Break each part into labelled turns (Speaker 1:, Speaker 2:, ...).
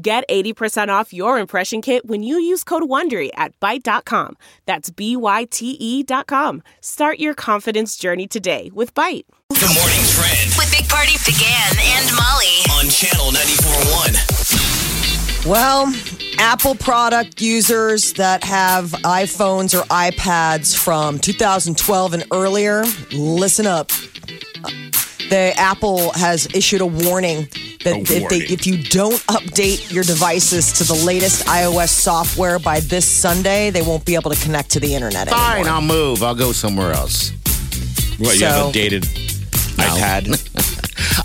Speaker 1: Get 80% off your impression kit when you use code WONDERY at Byte.com. That's B-Y-T-E E dot com. Start your confidence journey today with Byte.
Speaker 2: The morning trend
Speaker 3: With Big Party began and Molly.
Speaker 2: on channel 94.1.
Speaker 4: Well, Apple product users that have iPhones or iPads from 2012 and earlier, listen up. The Apple has issued a warning that
Speaker 5: A
Speaker 4: if,
Speaker 5: warning.
Speaker 4: They, if you don't update your devices to the latest iOS software by this Sunday, they won't be able to connect to the internet. anymore.
Speaker 5: Fine, I'll move. I'll go somewhere else.
Speaker 6: What, you have
Speaker 4: So-
Speaker 6: a dated iPad?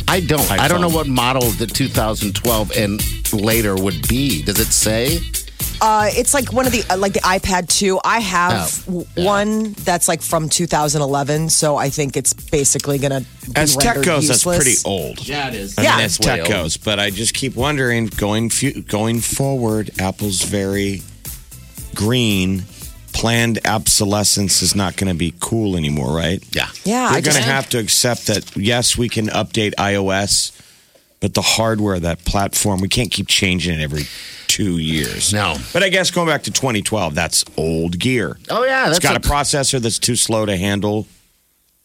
Speaker 5: I don't. I don't
Speaker 6: iPhone.
Speaker 5: know what model the 2012 and later would be. Does it say?
Speaker 4: Uh, it's like one of the uh, like the iPad 2. I have
Speaker 5: Oh,
Speaker 4: w one that's like from 2011, so I think it's basically gonna. be
Speaker 6: As tech
Speaker 4: rendered
Speaker 6: goes, that's
Speaker 4: useless.
Speaker 6: pretty old.
Speaker 5: Yeah, it is.
Speaker 6: I
Speaker 4: Yeah.
Speaker 6: mean, as
Speaker 5: It's way
Speaker 6: tech
Speaker 5: old.
Speaker 6: goes, but I just keep wondering going fu- going forward. Apple's very green. Planned obsolescence is not going to be cool anymore, right?
Speaker 5: Yeah.
Speaker 4: Yeah,
Speaker 6: We're
Speaker 4: I
Speaker 6: going
Speaker 4: just-
Speaker 6: to have to accept that. Yes, we can update iOS, but the hardware, that platform, we can't keep changing it every two years.
Speaker 5: No.
Speaker 6: but I guess going back to 2012, that's old gear.
Speaker 5: Oh, yeah, that's
Speaker 6: it's got a
Speaker 5: a-
Speaker 6: processor that's too slow to handle.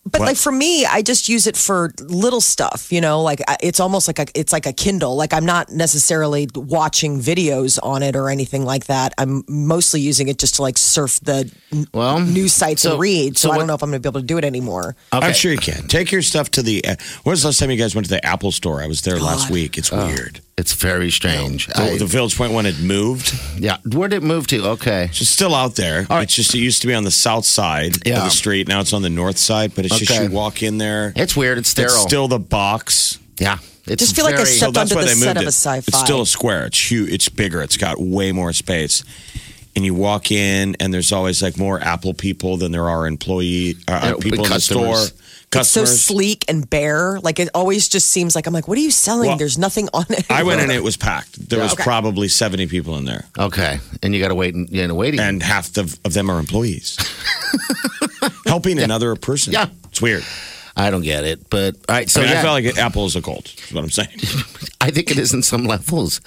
Speaker 4: But
Speaker 6: What?
Speaker 4: like for me, I just use it for little stuff, you know. Like I- it's almost like a it's like a Kindle. Like I'm not necessarily watching videos on it or anything like that. I'm mostly using it just to like surf the n-
Speaker 5: Well,
Speaker 4: news sites
Speaker 5: so-
Speaker 4: and read. So,
Speaker 5: so
Speaker 4: I don't
Speaker 5: what-
Speaker 4: know if I'm gonna be able to do it anymore.
Speaker 5: Okay.
Speaker 6: I'm sure you can. Take your stuff to the. Uh, when was the last time you guys went to the Apple store? I was there last week. It's
Speaker 4: Oh.
Speaker 6: weird.
Speaker 5: It's very strange.
Speaker 6: The,
Speaker 5: I-
Speaker 6: the Village Point one had moved.
Speaker 5: yeah. Where'd it move to? Okay.
Speaker 6: It's still out there. It's just it used to be on the south side
Speaker 5: Yeah.
Speaker 6: of the street. Now it's on the north side. But it's just
Speaker 5: Okay.
Speaker 6: you walk in there.
Speaker 5: It's weird. It's sterile.
Speaker 6: It's still the box.
Speaker 5: yeah. It's
Speaker 4: Just feel like I
Speaker 5: very-
Speaker 4: stepped
Speaker 6: that's
Speaker 4: onto
Speaker 6: why
Speaker 4: the
Speaker 6: they
Speaker 4: set
Speaker 6: moved
Speaker 4: of
Speaker 6: it.
Speaker 4: a sci-fi.
Speaker 6: It's still a square. It's huge. It's bigger. It's got way more space. And you walk in, and there's always like more Apple people than there are employee uh, uh,
Speaker 5: Yeah,
Speaker 6: people in the store.
Speaker 5: customers.
Speaker 4: It's so
Speaker 6: Customers.
Speaker 4: sleek and bare. Like it always just seems like I'm like, what are you selling?
Speaker 6: Well,
Speaker 4: There's nothing on it.
Speaker 6: I went in. It was packed. There was
Speaker 4: Okay.
Speaker 6: probably seventy people in there.
Speaker 5: Okay. And you got to wait in, in a waiting.
Speaker 6: and half the, of them are employees helping another person.
Speaker 5: Yeah.
Speaker 6: it's weird.
Speaker 5: I don't get it. But all right. So
Speaker 6: I mean,
Speaker 5: yeah.
Speaker 6: I felt like Apple is a cult. Is what I'm saying.
Speaker 5: I think it is in some levels.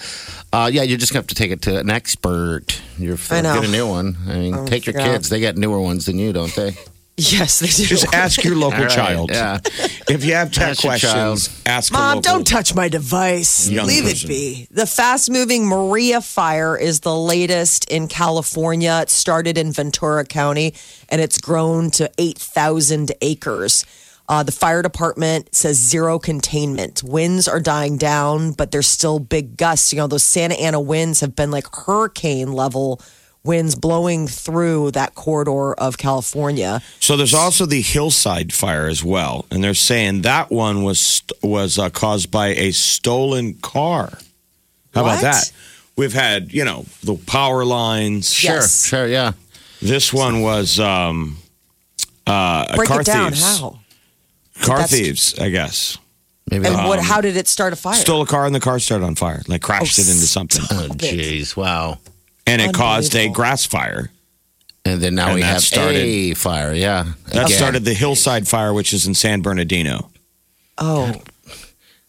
Speaker 5: Uh, yeah, you're just gonna have to take it to an expert. You're
Speaker 4: I know.
Speaker 5: get a new one. I mean, take your
Speaker 4: yeah.
Speaker 5: kids. They got newer ones than you, don't they?
Speaker 4: Yes, they do.
Speaker 6: Just ask your local
Speaker 5: All right,
Speaker 6: child.
Speaker 5: Yeah.
Speaker 6: If you have tech
Speaker 5: Ask your
Speaker 6: questions, ask a
Speaker 4: Mom,
Speaker 6: local-
Speaker 4: don't touch my device.
Speaker 6: Young
Speaker 4: Leave
Speaker 6: person.
Speaker 4: it be. The fast moving Maria fire is the latest in California. It started in Ventura County and it's grown to 8,000 acres. Uh, the fire department says zero containment. Winds are dying down, but there's still big gusts. You know, those Santa Ana winds have been like hurricane level winds blowing through that corridor of California.
Speaker 6: So there's also the hillside fire as well, and they're saying that one was was uh, caused by a stolen car.
Speaker 4: What?
Speaker 6: How about that? We've had you know the power lines.
Speaker 5: Sure.
Speaker 4: Yes.
Speaker 5: Sure. Yeah.
Speaker 6: This one was um, uh,
Speaker 4: Break
Speaker 6: car
Speaker 4: it down.
Speaker 6: thieves.
Speaker 4: How?
Speaker 6: Car
Speaker 4: That's-
Speaker 6: thieves, I guess.
Speaker 5: Maybe. um,
Speaker 4: And
Speaker 5: they-
Speaker 4: what? How did it start a fire?
Speaker 6: Um, stole a car and the car started on fire like crashed
Speaker 4: Oh,
Speaker 6: it into something
Speaker 5: oh, jeez. Wow.
Speaker 6: and it caused a
Speaker 4: Unbelievable.
Speaker 6: grass fire
Speaker 5: And then now
Speaker 6: And
Speaker 5: we
Speaker 6: that
Speaker 5: have
Speaker 6: started-
Speaker 5: a fire. Yeah.
Speaker 6: that
Speaker 5: Again.
Speaker 6: started the hillside fire which is in san bernardino
Speaker 4: oh.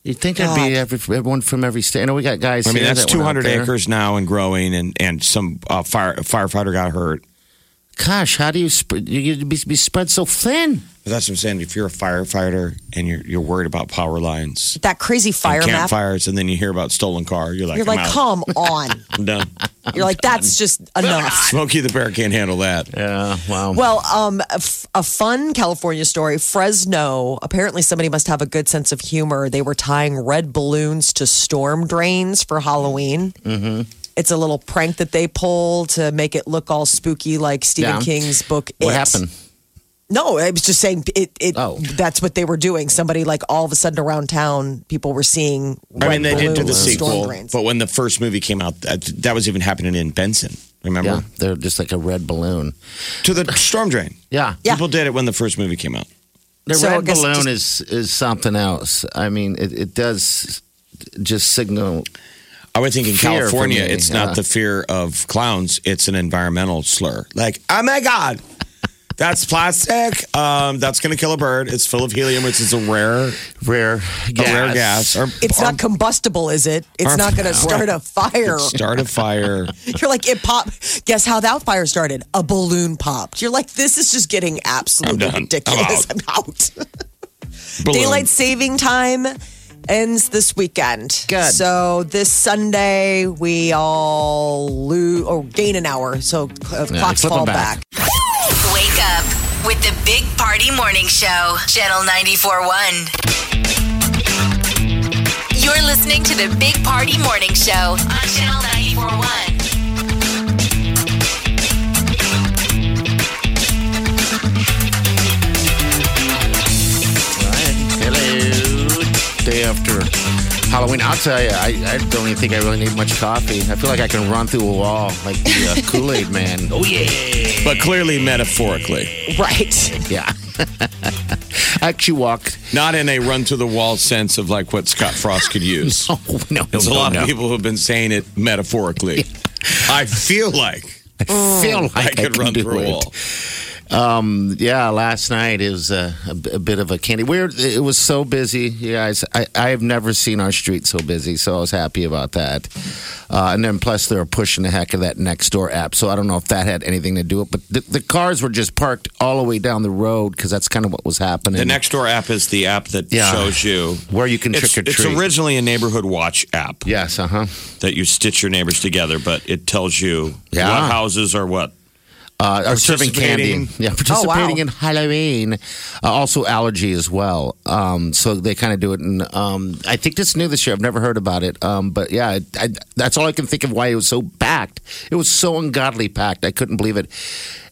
Speaker 5: You'd think there'd be
Speaker 4: God.
Speaker 5: every, everyone from every state. I know we got guys.
Speaker 6: i mean
Speaker 5: here
Speaker 6: that's
Speaker 5: that went out
Speaker 6: 200
Speaker 5: there.
Speaker 6: acres now and growing and and some uh, fire firefighter got hurt
Speaker 5: Gosh, how do you spread? You'd be, be spread so thin.
Speaker 6: but that's what i'm saying if you're a firefighter and you're, you're worried about power lines
Speaker 4: that crazy fire
Speaker 6: and
Speaker 4: map.
Speaker 6: campfires and then you hear about stolen car you're like
Speaker 4: You're
Speaker 6: I'm
Speaker 4: like,
Speaker 6: out.
Speaker 4: come on.
Speaker 6: I'm done
Speaker 4: You're like, that's just enough.
Speaker 6: smokey the bear can't handle that
Speaker 5: Yeah. Wow.
Speaker 4: Well, um, a, f- a fun California story. Fresno. Apparently, somebody must have a good sense of humor. They were tying red balloons to storm drains for Halloween. Mm-hmm. It's a little prank that they pull to make it look all spooky, like Stephen
Speaker 5: Yeah.
Speaker 4: King's book.
Speaker 5: what
Speaker 4: It.
Speaker 5: happened?
Speaker 4: No, I was just saying it. it
Speaker 5: Oh.
Speaker 4: That's what they were doing. Somebody like all of a sudden around town, people were seeing.
Speaker 6: I mean, they
Speaker 4: red
Speaker 6: did do the
Speaker 4: balloons, storm
Speaker 6: sequel,
Speaker 4: drains.
Speaker 6: but when the first movie came out, that, that was even happening in Benson. Remember?
Speaker 5: Yeah, they're just like a red balloon.
Speaker 6: To the storm drain.
Speaker 5: Yeah,
Speaker 4: Yeah.
Speaker 6: People did it when the first movie came out.
Speaker 5: the
Speaker 4: So I
Speaker 5: red
Speaker 4: guess
Speaker 5: balloon is is something else. I mean, it, it does just signal.
Speaker 6: I would think in
Speaker 5: Fear for
Speaker 6: California,
Speaker 5: me,
Speaker 6: it's
Speaker 5: yeah.
Speaker 6: not the fear of clowns; it's an environmental slur. Like, oh my god, that's plastic. Um, that's going to kill a bird. It's full of helium, which is a rare,
Speaker 5: Rare
Speaker 6: a rare gas. Or,
Speaker 4: It's
Speaker 6: or
Speaker 4: not combustible, is it? It's
Speaker 6: Or-
Speaker 4: not going to start a fire.
Speaker 6: start a fire.
Speaker 4: You're like it popped. Guess how that fire started? A balloon popped. You're like this is just getting absolutely
Speaker 6: I'm done.
Speaker 4: ridiculous. I'm
Speaker 6: I'm
Speaker 4: out.
Speaker 6: Balloon.
Speaker 4: Daylight saving time ends this weekend.
Speaker 5: Good.
Speaker 4: So this Sunday we all lose or gain an hour. So cl-
Speaker 5: Yeah,
Speaker 4: clocks
Speaker 5: flip 'em
Speaker 4: fall
Speaker 5: back.
Speaker 4: back.
Speaker 3: Wake up with the Big Party Morning Show, Channel 941. You're listening to the Big Party Morning Show on Channel 941.
Speaker 5: Hello. Day after Halloween. I'll tell you, I, I don't even think I really need much coffee. I feel like I can run through a wall like the uh, Kool Aid Man. Oh, yeah.
Speaker 6: but clearly metaphorically,
Speaker 4: Right.
Speaker 5: Yeah. I actually walked.
Speaker 6: not in a run to the wall sense of like what Scott Frost could use.
Speaker 5: Oh, no, no,
Speaker 6: There's a
Speaker 5: no,
Speaker 6: lot
Speaker 5: no.
Speaker 6: of people who've been saying it metaphorically. I feel like
Speaker 5: I feel like
Speaker 6: I
Speaker 5: can
Speaker 6: could run
Speaker 5: do
Speaker 6: through
Speaker 5: it.
Speaker 6: a wall.
Speaker 5: Um, yeah, last night it was a, a, b- a bit of a candy. We're, it was so busy, you guys. I, I have never seen our street so busy, so I was happy about that. Uh, and then plus they were pushing the heck of that next door app, so I don't know if that had anything to do with it. But the, the cars were just parked all the way down the road because that's kind of what was happening.
Speaker 6: The next door app is the app that
Speaker 5: Yeah.
Speaker 6: shows you
Speaker 5: where you can
Speaker 6: It's,
Speaker 5: trick or
Speaker 6: it's
Speaker 5: treat.
Speaker 6: originally a neighborhood watch app
Speaker 5: yes, uh huh.
Speaker 6: that you stitch your neighbors together, but it tells you
Speaker 5: Yeah.
Speaker 6: what houses are what.
Speaker 5: uh, are serving candy.
Speaker 6: Participating. Oh,
Speaker 5: Yeah, participating
Speaker 4: wow.
Speaker 5: in Halloween. Uh, also allergy as well. Um, so they kind of do it. And um, I think it's new this year. I've never heard about it. Um, but yeah, I, I, that's all I can think of why it was so packed. It was so ungodly packed. I couldn't believe it.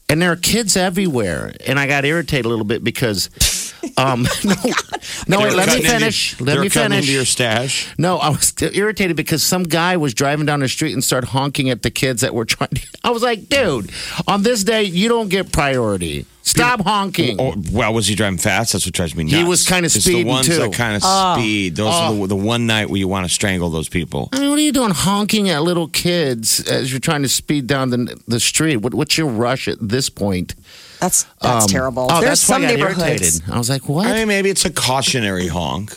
Speaker 5: And there are kids everywhere. And I got irritated a little bit because. Um, no, no
Speaker 6: They
Speaker 5: wait,
Speaker 6: were
Speaker 5: let me
Speaker 6: cutting into-
Speaker 5: finish.
Speaker 6: they
Speaker 5: Let
Speaker 6: were
Speaker 5: me
Speaker 6: cutting
Speaker 5: finish.
Speaker 6: Into your stash.
Speaker 5: No, I was irritated because some guy was driving down the street and started honking at the kids that were trying. To, I was like, dude, on this day, you don't get priority. Stop honking.
Speaker 6: Oh, well, was he driving fast? That's what drives me nuts.
Speaker 5: He was kinda
Speaker 6: It's
Speaker 5: speeding,
Speaker 6: the ones
Speaker 5: too. Ah.
Speaker 6: that kind of speed. Those are the, the one night where you want to strangle those people.
Speaker 5: I mean, what are you doing honking at little kids as you're trying to speed down the, the street? What, what's your rush at this point?
Speaker 4: That's that's terrible.
Speaker 5: Oh,
Speaker 4: There's
Speaker 5: that's
Speaker 4: some
Speaker 5: why I got
Speaker 4: neighborhoods.
Speaker 5: irritated. I was like, what?
Speaker 6: I mean, maybe it's a cautionary honk.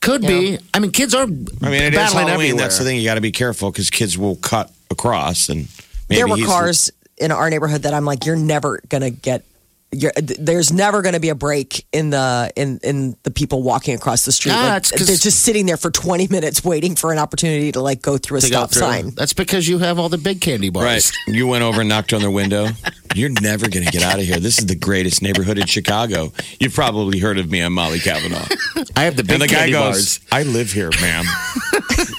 Speaker 5: Could be. I mean, kids are
Speaker 6: I mean, it is
Speaker 5: battling
Speaker 6: Halloween.
Speaker 5: everywhere.
Speaker 6: That's the thing. You got to be careful because kids will cut across, and maybe
Speaker 4: There were
Speaker 6: he's-
Speaker 4: cars in our neighborhood that I'm like, you're never gonna get. You're, th- there's never going to be a break in the in in the people walking across the street.
Speaker 5: Ah,
Speaker 4: Like,
Speaker 5: it's 'cause-
Speaker 4: they're just sitting there for 20 minutes waiting for an opportunity to like go through a
Speaker 5: To go
Speaker 4: stop
Speaker 5: through.
Speaker 4: sign.
Speaker 5: That's because you have all the big candy bars.
Speaker 6: Right. You went over and knocked on their window. You're never going to get out of here. This is the greatest neighborhood in Chicago. You've probably heard of me. I'm Molly Kavanaugh.
Speaker 5: I have the big
Speaker 6: And the guy
Speaker 5: candy
Speaker 6: goes,
Speaker 5: bars.
Speaker 6: I live here, ma'am.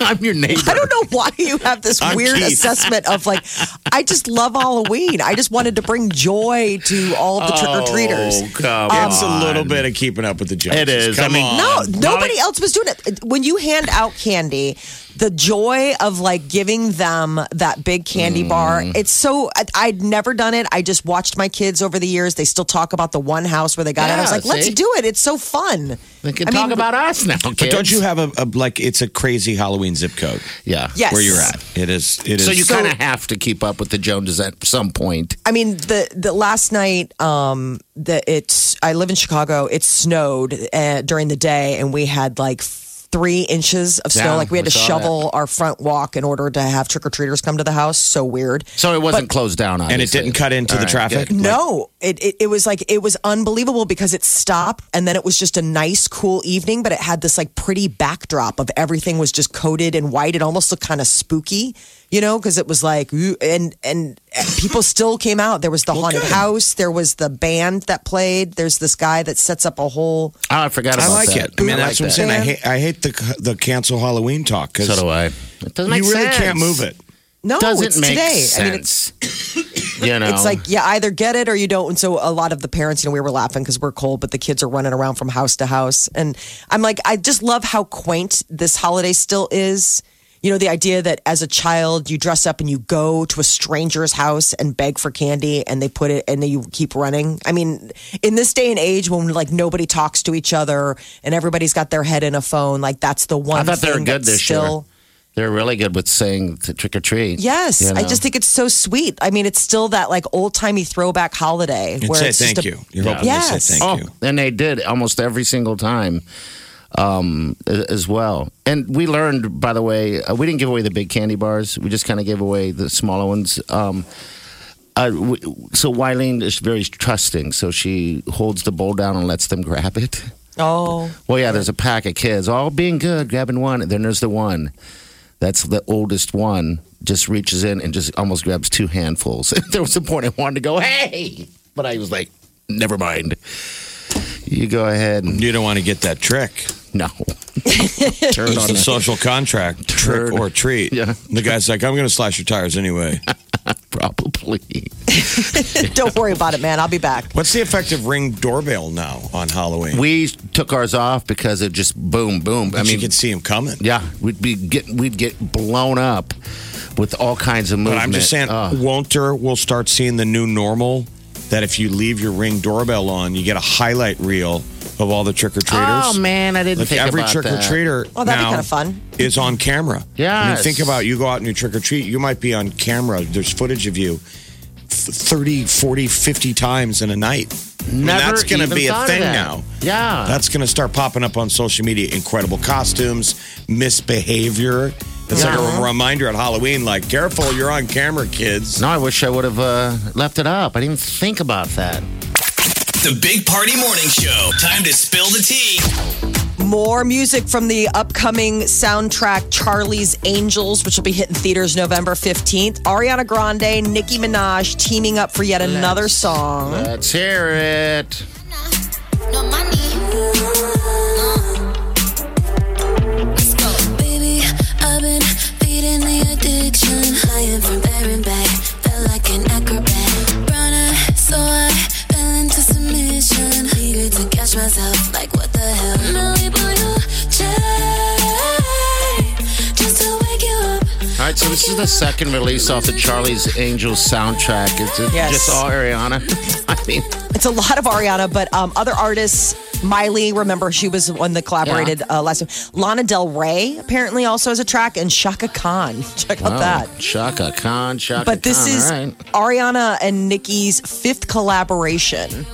Speaker 5: I'm your neighbor.
Speaker 4: I don't know why you have this
Speaker 6: I'm
Speaker 4: weird
Speaker 6: Keith.
Speaker 4: assessment of like, I just love Halloween. I just wanted to bring joy to all the trick or
Speaker 6: Oh,
Speaker 4: treaters. Um,
Speaker 5: come
Speaker 6: It's a little bit of keeping up with the Joneses.
Speaker 5: It is. I
Speaker 6: Come
Speaker 5: mean-
Speaker 6: on.
Speaker 4: No, nobody else was doing it. When you hand out candy, the joy of like giving them that big candy bar,
Speaker 5: Mm.
Speaker 4: it's so, I, I'd never done it. I just watched my kids over the years. They still talk about the one house where they got it. I was
Speaker 5: Yeah,
Speaker 4: like, let's
Speaker 5: see?
Speaker 4: do it. It's so fun.
Speaker 5: They can
Speaker 4: I
Speaker 5: talk
Speaker 4: mean,
Speaker 5: about us now, kids.
Speaker 6: But don't you have a, a like? It's a crazy Halloween zip code
Speaker 5: Yeah.
Speaker 4: Yes.
Speaker 6: where you're at. It is. It is.
Speaker 5: So you kind of have to keep up with the Joneses at some point.
Speaker 4: I mean, the the last night, um, the it's I live in Chicago. It snowed uh, during the day, and we had like three inches of snow.
Speaker 5: Yeah,
Speaker 4: like we had
Speaker 5: we
Speaker 4: to
Speaker 5: saw
Speaker 4: shovel our front walk in order to have trick or treaters come to the house. So weird.
Speaker 5: So it wasn't closed down on.
Speaker 6: and it didn't cut into the traffic.
Speaker 4: No, it, it it was like it was unbelievable because it stopped and then it was just a nice cool evening, but it had this like pretty backdrop of everything was just coated in white. It almost looked kind of spooky, you know, because it was like ooh, and and eh, people still came out. There was the haunted house. There was the band that played. There's this guy that sets up a whole.
Speaker 5: Oh, I forgot about
Speaker 6: I like
Speaker 5: that.
Speaker 6: it. I mean,
Speaker 5: I
Speaker 6: that's
Speaker 5: like
Speaker 6: what I'm saying. I
Speaker 4: that.
Speaker 6: hate. I hate the the cancel Halloween talk because
Speaker 5: So do I. It
Speaker 6: you
Speaker 5: doesn't make
Speaker 6: really
Speaker 5: sense.
Speaker 6: can't move it.
Speaker 4: No,
Speaker 5: Doesn't
Speaker 4: it's
Speaker 5: make
Speaker 4: today. I mean, it's,
Speaker 5: sense. You know,
Speaker 4: It's like, yeah, either get it or you don't. And so a lot of the parents, you know, we were laughing because we're cold, but the kids are running around from house to house. And I'm like, I just love how quaint this holiday still is. You know, the idea that as a child, you dress up and you go to a stranger's house and beg for candy and they put it and then you keep running. I mean, in this day and age when like nobody talks to each other and everybody's got their head in a phone, like that's the one
Speaker 5: I thought they
Speaker 4: thing
Speaker 5: were good
Speaker 4: that's
Speaker 5: this
Speaker 4: still.
Speaker 5: year. They're really good with saying to trick or treat.
Speaker 4: Yes,
Speaker 5: you
Speaker 4: I
Speaker 5: know?
Speaker 4: just think it's so sweet. I mean, it's still that like old timey throwback holiday
Speaker 6: And
Speaker 4: where
Speaker 6: say
Speaker 4: it's
Speaker 6: thank
Speaker 4: just a,
Speaker 6: you. You're hoping to
Speaker 4: Yes.
Speaker 6: say thank
Speaker 5: Oh,
Speaker 6: you.
Speaker 5: and they did almost every single time um, a- as well. And we learned, by the way, uh, we didn't give away the big candy bars. We just kind of gave away the smaller ones. Um, uh, w so Wileen is very trusting, so she holds the bowl down and lets them grab it.
Speaker 4: Oh,
Speaker 5: Well, yeah, there's a pack of kids, all being good, grabbing one. And then there's the one that's the oldest one, just reaches in and just almost grabs two handfuls. there was a point I wanted to go, hey, but I was like, never mind. You go ahead and
Speaker 6: You don't want to get that trick.
Speaker 5: no. Turn
Speaker 6: It's
Speaker 5: on
Speaker 6: the
Speaker 5: it.
Speaker 6: social contract trick
Speaker 5: Turd.
Speaker 6: or treat.
Speaker 5: Yeah.
Speaker 6: The guy's like, I'm going to slash your tires anyway.
Speaker 5: Probably.
Speaker 4: don't worry about it, man. I'll be back.
Speaker 6: What's the effect of ring doorbell now on Halloween?
Speaker 5: We took ours off because it just boom, boom. I
Speaker 6: I mean, you
Speaker 5: mean,
Speaker 6: can see him coming.
Speaker 5: yeah, we'd be get we'd get blown up with all kinds of
Speaker 6: But
Speaker 5: movement.
Speaker 6: I'm just saying,
Speaker 5: Uh,
Speaker 6: Wonter will start seeing the new normal that if you leave your ring doorbell on, you get a highlight reel of all the trick or treaters.
Speaker 5: oh man, I didn't
Speaker 6: Like
Speaker 5: think
Speaker 6: every
Speaker 5: about
Speaker 6: trick or
Speaker 5: that.
Speaker 6: treater
Speaker 4: Oh, that'd be
Speaker 6: now
Speaker 4: kinda fun.
Speaker 6: is on camera. I mean,
Speaker 5: Yes.
Speaker 6: think about it. you go out and you trick or treat, you might be on camera. There's footage of you f- 30, 40, 50 times in a night. I mean,
Speaker 5: Never
Speaker 6: that's going to
Speaker 5: even
Speaker 6: be a
Speaker 5: thought of
Speaker 6: thing
Speaker 5: that.
Speaker 6: now.
Speaker 5: Yeah.
Speaker 6: That's going to start popping up on social media. Incredible costumes, misbehavior. It's like a reminder at Halloween, like, careful, you're on camera, kids.
Speaker 5: No, I wish I would have uh, left it up. I didn't think about that.
Speaker 2: The Big Party Morning Show. Time to spill the tea.
Speaker 4: More music from the upcoming soundtrack Charlie's Angels, which will be hitting theaters November 15th. Ariana Grande, Nicki Minaj teaming up for yet another song.
Speaker 5: Let's hear it.
Speaker 7: No money. Let's go.
Speaker 8: Baby, I've been feeding the addiction. Flying from there and back, felt like an acrobat. Brown eye, so I fell into submission. Eager to catch myself, like what the hell? Millie, boy, you try just to wake you up.
Speaker 5: All right, so this is the second release off the Charlie's Angels soundtrack. Is it
Speaker 4: Yes.
Speaker 5: just all Ariana? I mean,
Speaker 4: It's a lot of Ariana, but um, other artists, Miley, remember she was the one that collaborated uh, last time. Lana Del Rey apparently also has a track, and Shaka Khan. Check out
Speaker 5: oh,
Speaker 4: that.
Speaker 5: Shaka Khan, Shaka
Speaker 4: Uh, But this
Speaker 5: Khan,
Speaker 4: is
Speaker 5: all right.
Speaker 4: Ariana and Nicki's fifth collaboration.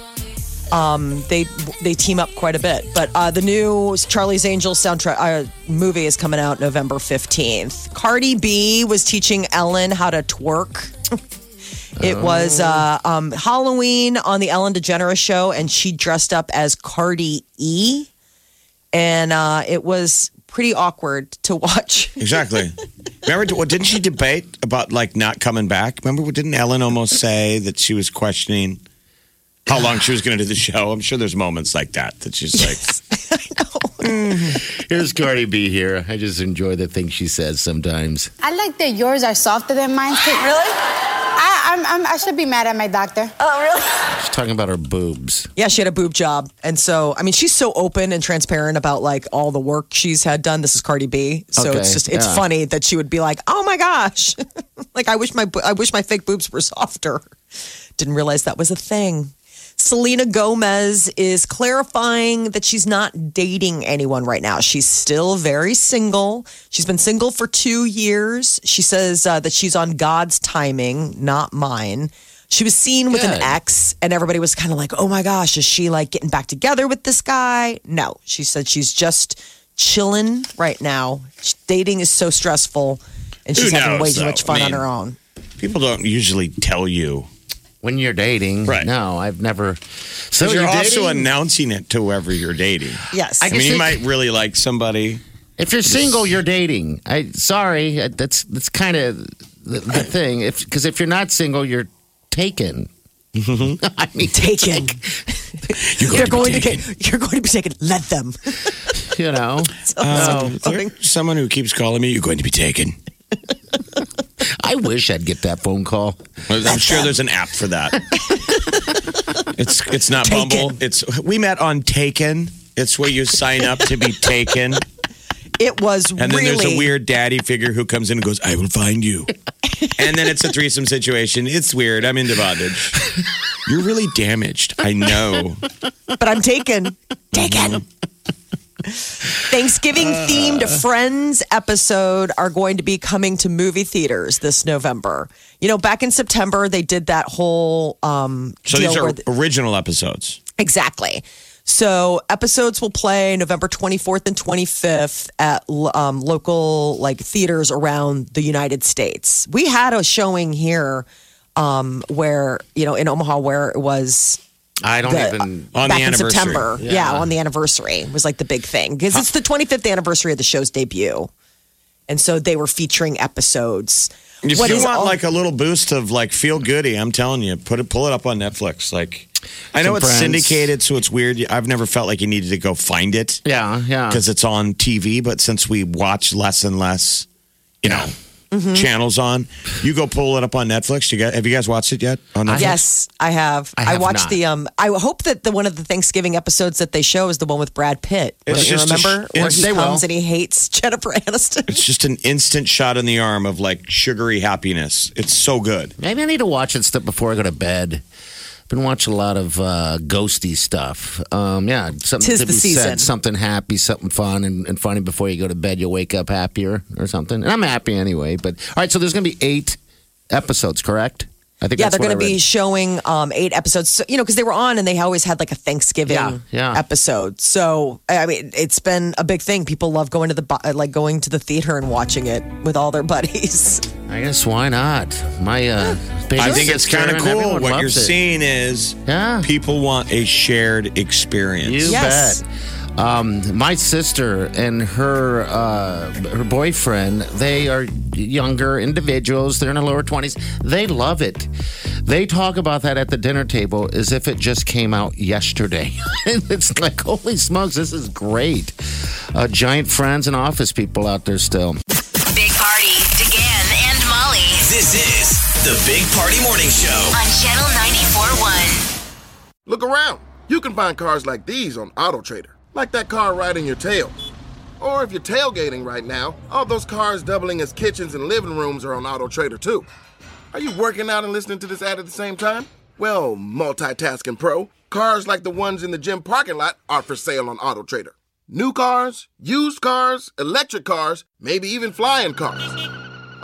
Speaker 4: Um, they they team up quite a bit, but uh, the new Charlie's Angels soundtrack uh, movie is coming out November fifteenth. Cardi B was teaching Ellen how to twerk. It was uh, um, Halloween on the Ellen DeGeneres show, and she dressed up as Cardi E, and uh, it was pretty awkward to watch.
Speaker 6: Exactly. Remember, what didn't she debate about like not coming back? Remember, what didn't Ellen almost say that she was questioning how long she was going to do the show? I'm sure there's moments like that that she's like,
Speaker 5: Here's Cardi B here. I just enjoy the things she says sometimes.
Speaker 9: I like that yours are softer than mine. Too. Really? I, I'm, I'm, I should be mad at my doctor.
Speaker 5: She's talking about her boobs.
Speaker 4: Yeah, she had a boob job. And so, I mean, she's so open and transparent about like all the work she's had done. This is Cardi B. So
Speaker 5: Okay,
Speaker 4: it's just, it's
Speaker 5: yeah.
Speaker 4: funny that she would be like, oh my gosh. like, I wish my, bo- I wish my fake boobs were softer. Didn't realize that was a thing. Selena Gomez is clarifying that she's not dating anyone right now. She's still very single. She's been single for two years. She says uh, that she's on God's timing, not mine. She was seen with an
Speaker 5: Good.
Speaker 4: ex, and everybody was kind of like, oh my gosh, is she like getting back together with this guy? No, she said she's just chilling right now. She- Dating is so stressful, and she's
Speaker 6: Who
Speaker 4: having way
Speaker 6: knows,
Speaker 4: too
Speaker 6: though?
Speaker 4: much fun
Speaker 6: I
Speaker 4: on
Speaker 6: mean-
Speaker 4: her own.
Speaker 6: people don't usually tell you.
Speaker 5: When you're dating,
Speaker 6: Right.
Speaker 5: No, I've never. So
Speaker 6: 'Cause you're also
Speaker 5: dating?
Speaker 6: announcing it to whoever you're dating.
Speaker 4: Yes.
Speaker 5: I
Speaker 6: I mean,
Speaker 5: guess
Speaker 6: you
Speaker 5: it-
Speaker 6: might really like somebody.
Speaker 5: If you're single, you're dating. I sorry, I- that's that's kind of the, the thing. If because if you're not single, you're taken. I mean,
Speaker 4: taken. You're, going to get. You're going to be taken. Let them.
Speaker 5: you know,
Speaker 6: Um,
Speaker 4: Something.
Speaker 6: Is there someone who keeps calling me, you're going to be taken.
Speaker 5: I wish I'd get that phone call.
Speaker 6: I'm sure there's an app for that. it's it's not
Speaker 4: Taken.
Speaker 6: Bumble. It's we met on Taken. It's where you sign up to be taken, and
Speaker 4: It was
Speaker 6: then
Speaker 4: really
Speaker 6: there's a weird daddy figure who comes in and goes, "I will find you," and then it's a threesome situation. It's weird. I'm into bondage. You're really damaged. I know.
Speaker 4: but I'm taken. Taken. Thanksgiving
Speaker 6: Uh.
Speaker 4: themed Friends episode are going to be coming to movie theaters this November. You know, back in September they did that whole um,
Speaker 6: So
Speaker 4: deal
Speaker 6: these are
Speaker 4: where the-
Speaker 6: original episodes.
Speaker 4: exactly. So episodes will play November 24th and 25th at um, local like theaters around the United States. We had a showing here um, where you know in Omaha where it was
Speaker 5: I don't
Speaker 4: the-
Speaker 5: even.
Speaker 6: On
Speaker 4: back
Speaker 6: the
Speaker 4: in
Speaker 6: anniversary.
Speaker 4: September. Yeah. on the anniversary was like the big thing because it's the 25th anniversary of the show's debut, and so they were featuring episodes.
Speaker 6: If
Speaker 4: What
Speaker 6: you
Speaker 4: is
Speaker 6: want
Speaker 4: all-
Speaker 6: like a little boost of like feel goody, I'm telling you, put it pull it up on Netflix. Like I know
Speaker 5: Some
Speaker 6: it's
Speaker 5: friends.
Speaker 6: syndicated, so it's weird. I've never felt like you needed to go find it
Speaker 5: Yeah, yeah.
Speaker 6: because it's on TV. But since we watch less and less, you know, channels on, you go pull it up on Netflix. You got? Have you guys watched it yet? On Netflix?
Speaker 4: yes, I have.
Speaker 5: I have
Speaker 4: watched
Speaker 5: not.
Speaker 4: the um. I hope that the one of the Thanksgiving episodes that they show is the one with Brad Pitt.
Speaker 6: It's
Speaker 4: Don't you
Speaker 6: just a sh-
Speaker 4: remember where
Speaker 6: it's-
Speaker 4: he
Speaker 5: they
Speaker 4: comes
Speaker 5: will.
Speaker 4: and he hates Jennifer Aniston.
Speaker 6: It's just an instant shot in the arm of like sugary happiness. It's so good.
Speaker 5: Maybe I need to watch it stuff before I go to bed. Been watching a lot of uh, ghosty stuff. Um, yeah, something
Speaker 4: Tis
Speaker 5: to
Speaker 4: the
Speaker 5: be
Speaker 4: season.
Speaker 5: said. Something happy, something fun, and, and funny before you go to bed. You'll wake up happier or something. And I'm happy anyway. But all right, so there's going to be eight episodes, correct? I think
Speaker 4: Yeah,
Speaker 5: that's
Speaker 4: they're
Speaker 5: what
Speaker 4: going to
Speaker 5: I
Speaker 4: be
Speaker 5: read.
Speaker 4: showing um, eight episodes. So, you know, because they were on and they always had like a Thanksgiving
Speaker 5: Yeah, yeah.
Speaker 4: episode. So I mean, it's been a big thing. People love going to the bo- like going to the theater and watching it with all their buddies.
Speaker 5: I guess why not? My, uh,
Speaker 6: I
Speaker 5: baby
Speaker 6: think it's
Speaker 5: sister
Speaker 6: kind of
Speaker 5: and
Speaker 6: cool.
Speaker 5: everyone
Speaker 6: What you're
Speaker 5: loves it.
Speaker 6: seeing is
Speaker 5: Yeah.
Speaker 6: people want a shared experience.
Speaker 5: You
Speaker 4: Yes.
Speaker 5: bet. Um, my sister and her uh, her boyfriend, they are younger individuals. They're in their lower twenties. They love it. They talk about that at the dinner table as if it just came out yesterday. And it's like, holy smokes, this is great. Uh, giant friends and office people out there still.
Speaker 3: Big Party, DeGan and Molly
Speaker 2: This is the Big Party Morning Show.
Speaker 3: on Channel 94.1.
Speaker 10: Look around. You can find cars like these on AutoTrader, like that car riding your tail. Or if you're tailgating right now, all those cars doubling as kitchens and living rooms are on AutoTrader too. Are you working out and listening to this ad at the same time? Well, multitasking pro, cars like the ones in the gym parking lot are for sale on AutoTrader. New cars, used cars, electric cars, maybe even flying cars.